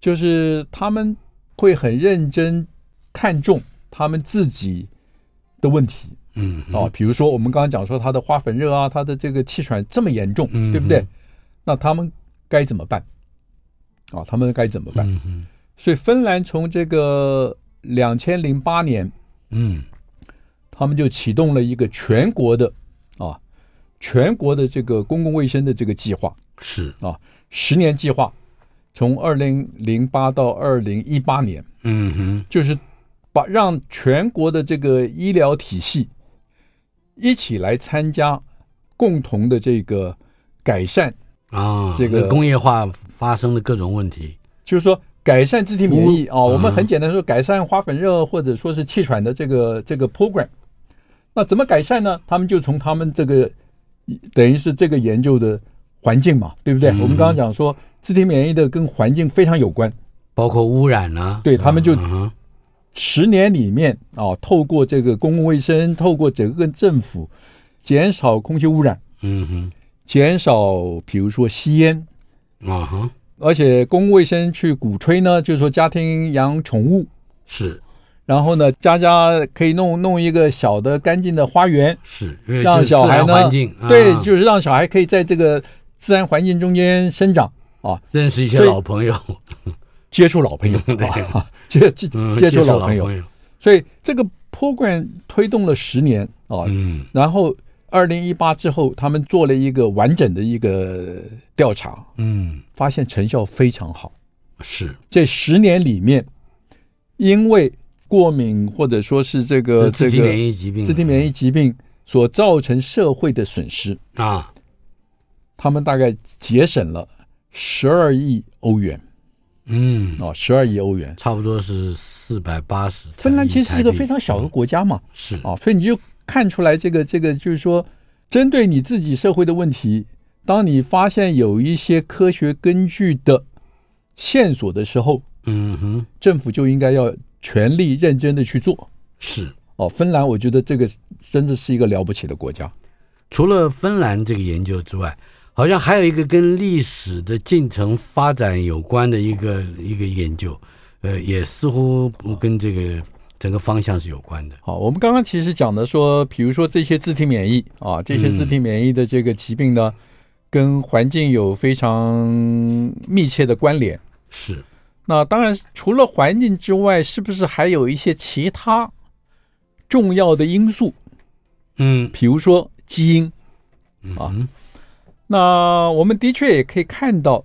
B: 就是他们会很认真看重他们自己的问题
A: 嗯哼，
B: 啊，比如说我们刚刚讲说他的花粉热啊，他的这个气喘这么严重，
A: 嗯哼
B: 对不对？那他们该怎么办？啊，他们该怎么办？
A: 嗯哼，
B: 所以芬兰从这个两千零八年，
A: 嗯
B: 他们就启动了一个全国的啊，全国的这个公共卫生的这个计划
A: 是，
B: 啊，十年计划，从二零零八到二零一八年。
A: 嗯哼，
B: 就是把让全国的这个医疗体系一起来参加共同的这个改善，
A: 啊，
B: 这个
A: 那工业化发生的各种问题，
B: 就是说改善自体免疫啊、
A: 嗯
B: 我们很简单说改善花粉热或者说是气喘的这个这个 program。那怎么改善呢？他们就从他们这个等于是这个研究的环境嘛，对不对？
A: 嗯
B: 我们刚刚讲说自体免疫的跟环境非常有关，
A: 包括污染啊，
B: 对他们就
A: 嗯哼
B: 十年里面啊，透过这个公共卫生，透过整个政府减少空气污染，
A: 嗯
B: 减少比如说吸烟，
A: 哼啊哈，
B: 而且公共卫生去鼓吹呢，就是说家庭养宠物，
A: 是
B: 然后呢，家家可以弄弄一个小的干净的花园，
A: 是，因为
B: 让
A: 这
B: 小
A: 自
B: 孩
A: 然
B: 呢，
A: 环境
B: 对，
A: 啊
B: 就是让小孩可以在这个自然环境中间生长啊，
A: 认识一些
B: 所以
A: 老朋友，
B: 接触老朋友，
A: 对
B: 啊，接接
A: 嗯
B: 接触
A: 触
B: 老
A: 老
B: 朋友，，所以这个 program 推动了十年啊，
A: 嗯
B: 然后二零一八之后，他们做了一个完整的一个调查，
A: 嗯
B: 发现成效非常好。
A: 是，
B: 这十年里面，因为过敏或者说是这个
A: 这自
B: 呃这
A: 体
B: 个
A: 免疫疾病，啊
B: 自体免疫疾病所造成社会的损失，
A: 啊，
B: 他们大概节省了十二亿欧元
A: 嗯，
B: 啊，十二亿欧元。
A: 差不多是四百八十。
B: 芬兰其实是个非常小的国家嘛，
A: 是
B: 啊，所以你就看出来这个这个就是说，针对你自己社会的问题，当你发现有一些科学根据的线索的时候，
A: 嗯哼，
B: 政府就应该要全力认真的去做。
A: 是。
B: 哦，芬兰，我觉得这个真的是一个了不起的国家。
A: 除了芬兰这个研究之外，好像还有一个跟历史的进程发展有关的一个一个研究，呃，也似乎跟这个整个方向是有关的。
B: 好，我们刚刚其实讲的说，比如说这些自体免疫啊，这些自体免疫的这个疾病呢，跟环境有非常密切的关联。
A: 是，
B: 那当然，除了环境之外，是不是还有一些其他重要的因素？
A: 嗯
B: 比如说基因。啊
A: 嗯
B: 那我们的确也可以看到，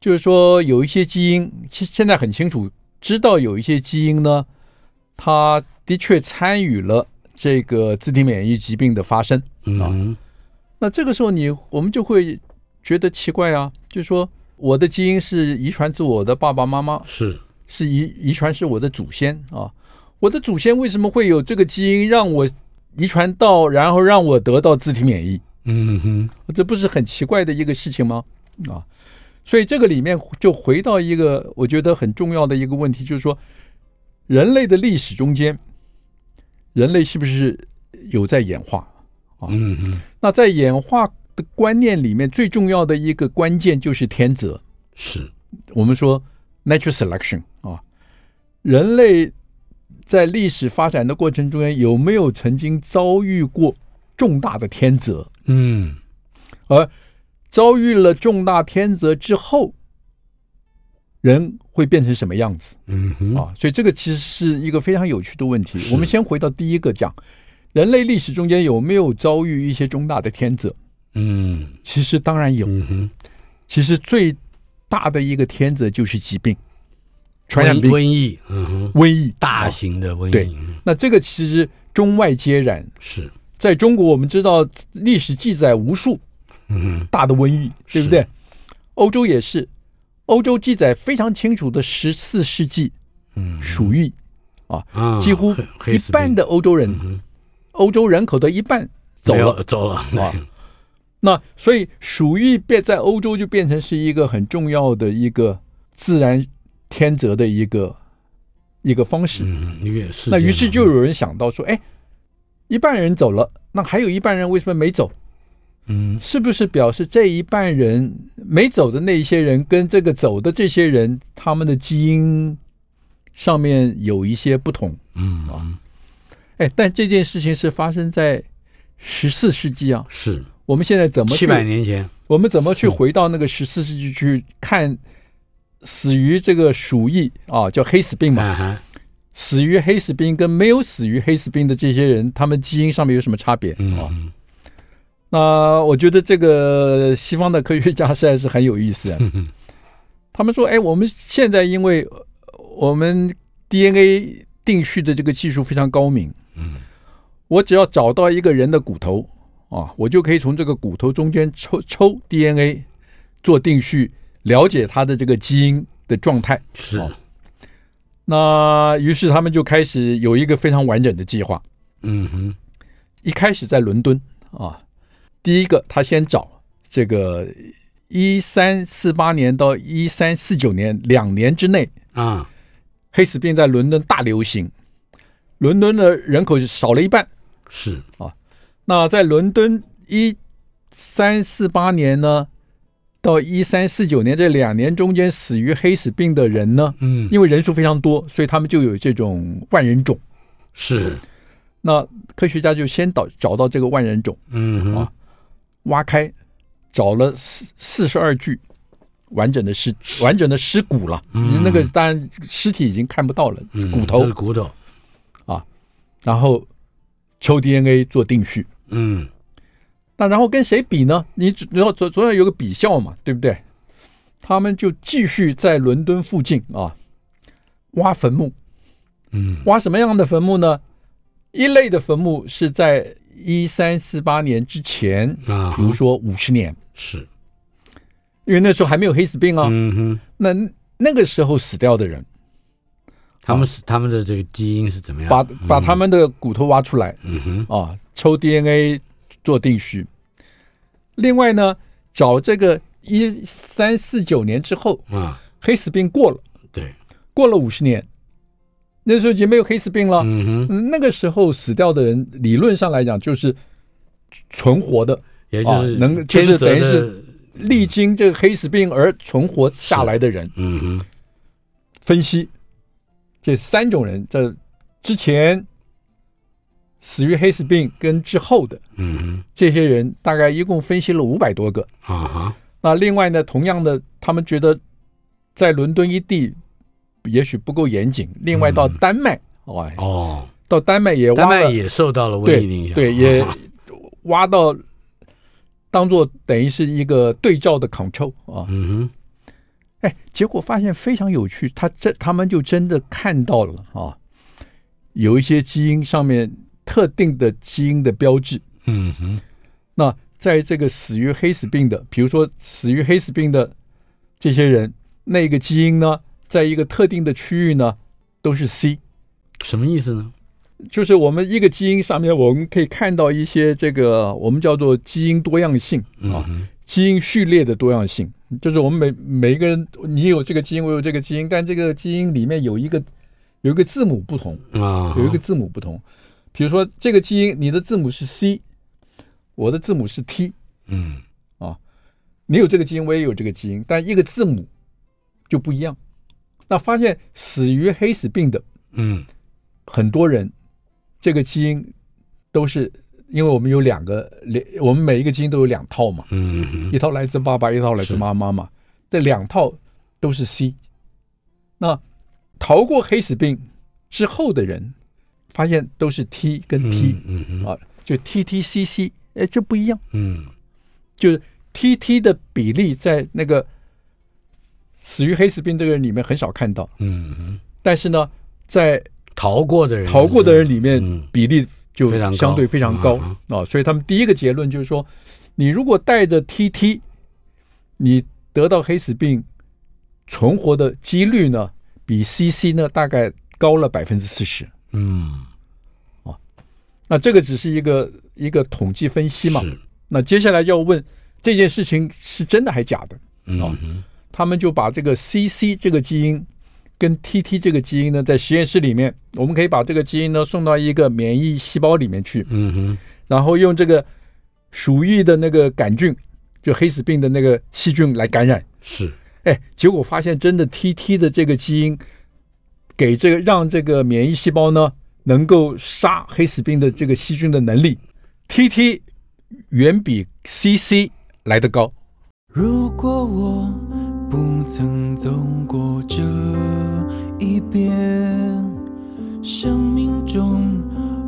B: 就是说有一些基因，其实现在很清楚知道有一些基因呢，它的确参与了这个自体免疫疾病的发生。
A: 嗯
B: 那这个时候你我们就会觉得奇怪啊，就是说我的基因是遗传自我的爸爸妈妈，
A: 是，
B: 是遗遗传是我的祖先啊，我的祖先为什么会有这个基因让我遗传到，然后让我得到自体免疫？
A: 嗯哼，
B: 这不是很奇怪的一个事情吗？啊，所以这个里面就回到一个我觉得很重要的一个问题，就是说人类的历史中间，人类是不是有在演化？
A: 嗯哼，
B: 那在演化的观念里面，最重要的一个关键就是天择。
A: 是，
B: 我们说 natural selection 啊，人类在历史发展的过程中间有没有曾经遭遇过重大的天择？
A: 嗯
B: 而遭遇了重大天择之后，人会变成什么样子
A: 嗯哼，
B: 啊？所以这个其实是一个非常有趣的问题。
A: 是
B: 我们先回到第一个讲，人类历史中间有没有遭遇一些重大的天择？
A: 嗯
B: 其实当然有，
A: 嗯哼，
B: 其实最大的一个天择就是疾病、传染
A: 瘟
B: 病、
A: 瘟疫，嗯哼，
B: 瘟疫、
A: 大
B: 啊
A: 型的瘟疫，
B: 对
A: 嗯
B: 那这个其实中外皆然，
A: 是，
B: 在中国我们知道历史记载无数，
A: 嗯
B: 大的瘟疫，
A: 是
B: 对不对？欧洲也是，欧洲记载非常清楚的十四世纪
A: 嗯
B: 鼠疫，
A: 哼，啊，
B: 几乎
A: 黑黑
B: 一
A: 死
B: 半
A: 病嗯
B: 的欧洲人，
A: 哼
B: 欧洲人口的一半走
A: 没有
B: 了。
A: 走了，
B: 啊那所以鼠疫变在欧洲就变成是一个很重要的一个自然天择的一个一个方式。
A: 嗯，一个事
B: 那
A: 件
B: 于是
A: 嘛
B: 就有人想到说，哎，一半人走了，那还有一半人为什么没走？
A: 嗯
B: 是不是表示这一半人没走的那一些人跟这个走的这些人，他们的基因上面有一些不同？
A: 嗯嗯
B: 哎，但这件事情是发生在十四世纪啊，
A: 是
B: 我们现在怎么
A: 七百
B: 去？
A: 年前，
B: 我们怎么去回到那个十四世纪去看死于这个鼠疫啊，叫黑死病嘛？
A: 啊哈，
B: 死于黑死病跟没有死于黑死病的这些人，他们基因上面有什么差别
A: 嗯
B: 啊？
A: 嗯
B: 那我觉得这个西方的科学家实在是很有意思啊。
A: 嗯嗯
B: 他们说，哎，我们现在因为呃我们 DNA 定序的这个技术非常高明。嗯，我只要找到一个人的骨头啊，我就可以从这个骨头中间抽抽 DNA 做定序，了解他的这个基因的状态。
A: 是
B: 哦那于是他们就开始有一个非常完整的计划。
A: 嗯哼，
B: 一开始在伦敦啊，第一个他先找这个一三四八年到一三四九年两年之内，
A: 啊，
B: 黑死病在伦敦大流行，伦敦的人口少了一半。
A: 是
B: 那在伦敦一三四八年呢，到一三四九年这两年中间死于黑死病的人呢，
A: 嗯
B: 因为人数非常多，所以他们就有这种万人冢。
A: 是
B: 那科学家就先找找到这个万人冢。
A: 嗯哼
B: 啊挖开，找了四四十二具完整的尸完整的尸骨了，
A: 嗯
B: 那个当然尸体已经看不到了，
A: 嗯
B: 骨
A: 都
B: 头
A: 是，骨头，
B: 然后抽 DNA 做定序。
A: 嗯
B: 那然后跟谁比呢？你只你要总总要有个比较嘛，对不对？他们就继续在伦敦附近啊挖坟墓，
A: 嗯
B: 挖什么样的坟墓呢？一类的坟墓是在一三四八年之前，
A: 啊，
B: 比如说五十年，
A: 是
B: 因为那时候还没有黑死病啊，
A: 嗯哼，
B: 那那个时候死掉的人，
A: 他
B: 啊
A: 们是他们的这个基因是怎么样？
B: 把把他们的骨头挖出来
A: 嗯哼
B: 啊，抽 DNA 做定序。另外呢，找这个一三四九年之后，
A: 啊，
B: 黑死病过了，
A: 对，
B: 过了五十年，那时候已经没有黑死病了。
A: 嗯哼，
B: 那个时候死掉的人，理论上来讲就是存活的，
A: 也就是
B: 啊能就是
A: 天择
B: 等于
A: 的
B: 是历经这个黑死病而存活下来的人。
A: 嗯哼
B: 分析这三种人，这之前死于黑死病跟之后的
A: 嗯哼
B: 这些人，大概一共分析了五百多个。
A: 啊哈，
B: 那另外呢，同样的，他们觉得在伦敦一地也许不够严谨，另外到丹麦，哇、
A: 哦，
B: 到丹麦也
A: 嗯丹
B: 挖
A: 麦
B: 了，
A: 也受到了瘟疫的影
B: 对
A: 响，啊
B: 对，也挖到当做等于是一个对照的 control 啊，
A: 嗯
B: 哎，结果发现非常有趣，他真他们就真的看到了啊，有一些基因上面特定的基因的标志。
A: 哼嗯哼
B: 那在这个死于黑死病的，比如说死于黑死病的这些人，那个基因呢，在一个特定的区域呢，都是 C，
A: 什么意思呢？
B: 就是我们一个基因上面，我们可以看到一些这个我们叫做基因多样性啊。
A: 嗯哼
B: 基因序列的多样性，就是我们每每一个人，你有这个基因，我有这个基因，但这个基因里面有一个有一个字母不同，
A: 啊，
B: 有一个字母不同。比如说这个基因，你的字母是 C，我的字母是 T，
A: 嗯
B: 你有这个基因，我也有这个基因，但一个字母就不一样。那发现死于黑死病的
A: 嗯
B: 很多人，这个基因都是因为我们有两个，两我们每一个基因都有两套嘛。
A: 嗯哼
B: 一套来自爸爸，一套来自妈妈嘛。这两套都是 C。那逃过黑死病之后的人，发现都是 T 跟 T、
A: 嗯哼
B: 啊，就 TTCC，哎，这不一样，
A: 嗯
B: 就是 TT 的比例在那个死于黑死病这个人里面很少看到，
A: 嗯哼，
B: 但是呢，在
A: 逃过的人，
B: 逃过的人里面
A: 嗯
B: 比例就
A: 非常高
B: 相对非常高
A: 嗯
B: 啊，所以他们第一个结论就是说，你如果带着 TT，你得到黑死病存活的几率呢，比 CC 呢大概高了百分之四十。
A: 嗯
B: 那这个只是一个一个统计分析嘛？
A: 是
B: 那接下来就要问这件事情是真的还假的？
A: 嗯哼
B: 他们就把这个 CC 这个基因跟 TT 这个基因呢，在实验室里面，我们可以把这个基因呢送到一个免疫细胞里面去，
A: 嗯哼
B: 然后用这个鼠疫的那个杆菌，就黑死病的那个细菌来感染。
A: 是
B: 哎，结果发现真的 TT 的这个基因给这个让这个免疫细胞呢能够杀黑死病的这个细菌的能力，TT 远比 CC 来得高。
C: 如果我不曾走过这一边，生命中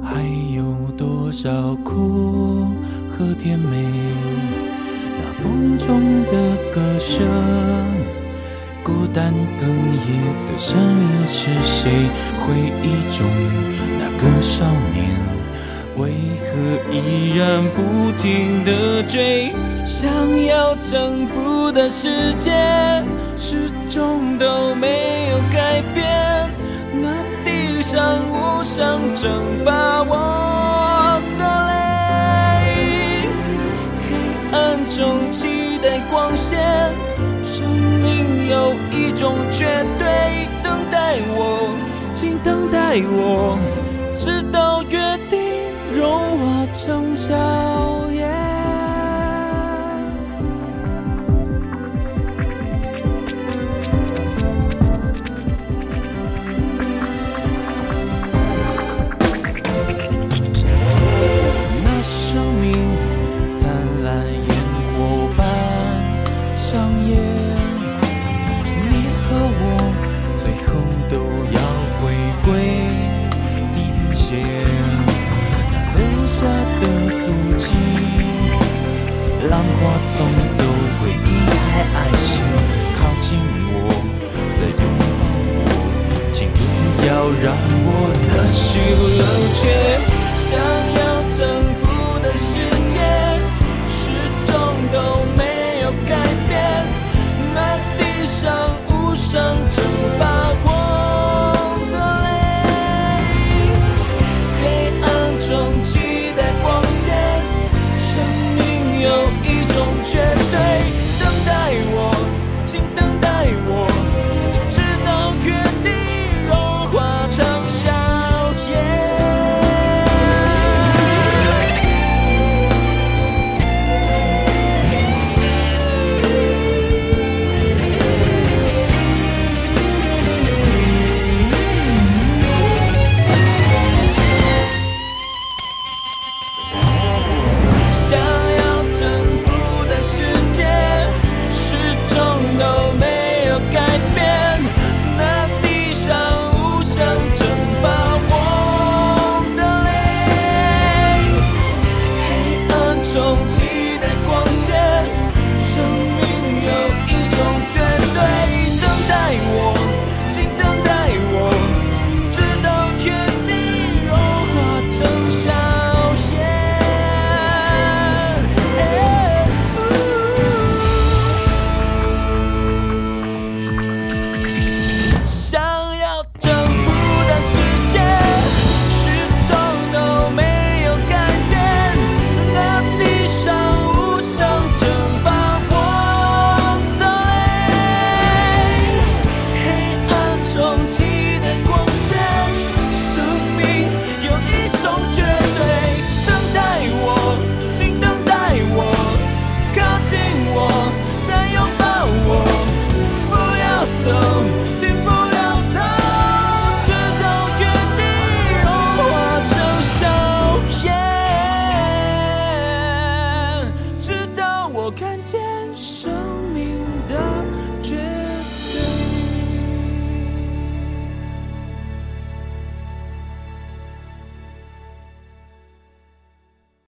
C: 还有多少苦和甜美？那风中的歌声，孤单哽咽的声音是谁？回忆中那个少年，为何依然不停地追？想要征服的世界，始终都没有改变。那地上无声蒸发我的泪，黑暗中期待光线。生命有一种绝对，等待我，请等待我，直到约定融化成笑颜。那生命灿烂烟火般上演，你和我最后都要回归地平线，那留下的足迹，浪花冲走回忆和爱情，靠近我，再拥抱我，请不要让我的心冷却，想要征服的世界，始终都没有改变，那地上无声蒸发过的泪。黑暗中期待光线，生命有一种绝对。等待我，请等待我，直到约定融化成笑颜。想要征服的世界，始终都没有改变。那地上无声蒸发我的泪，黑暗中期待光线，生命有一种绝对。等待我，请等待我，直到天地融化成笑颜。哎想要征服的世界，始终都没有改变。那地上无声蒸发我的泪，黑暗中期待光线，生命有一种绝对。等待我，请等待我，靠近我，再拥抱我，不要走，请不要逃，直到原地融化成笑颜，直到我看见生命。